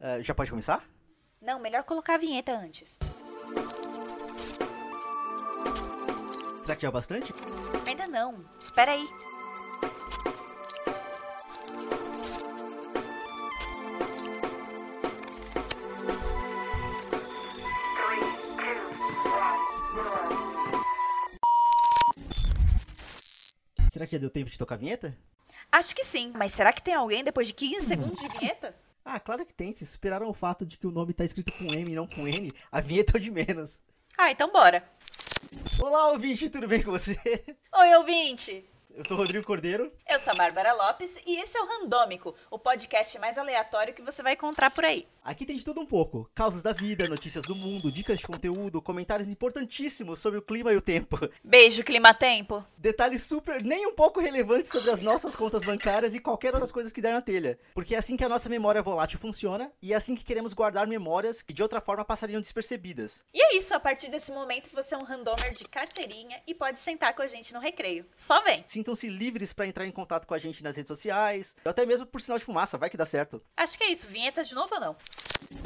Ah, já pode começar? Não, melhor colocar a vinheta antes. Será que já é o bastante? Ainda não. Espera aí. Será que já deu tempo de tocar a vinheta? Acho que sim, mas será que tem alguém depois de 15 segundos de vinheta? Ah, claro que tem. Se superaram o fato de que o nome tá escrito com M e não com N, a vinheta é o de menos. Ah, então bora. Olá, ouvinte, tudo bem com você? Oi, ouvinte! Eu sou o Rodrigo Cordeiro. Eu sou a Bárbara Lopes e esse é o Randômico, o podcast mais aleatório que você vai encontrar por aí. Aqui tem de tudo um pouco: causas da vida, notícias do mundo, dicas de conteúdo, comentários importantíssimos sobre o clima e o tempo, Beijo, Climatempo! detalhes super nem um pouco relevantes sobre as nossas contas bancárias e qualquer outras coisas que der na telha. Porque é assim que a nossa memória volátil funciona e é assim que queremos guardar memórias que de outra forma passariam despercebidas. E é isso, a partir desse momento você é um randomer de carteirinha e pode sentar com a gente no recreio. Só vem! Sintam-se livres para entrar em contato com a gente nas redes sociais, ou até mesmo por sinal de fumaça, vai que dá certo. Acho que é isso, vinheta de novo ou não?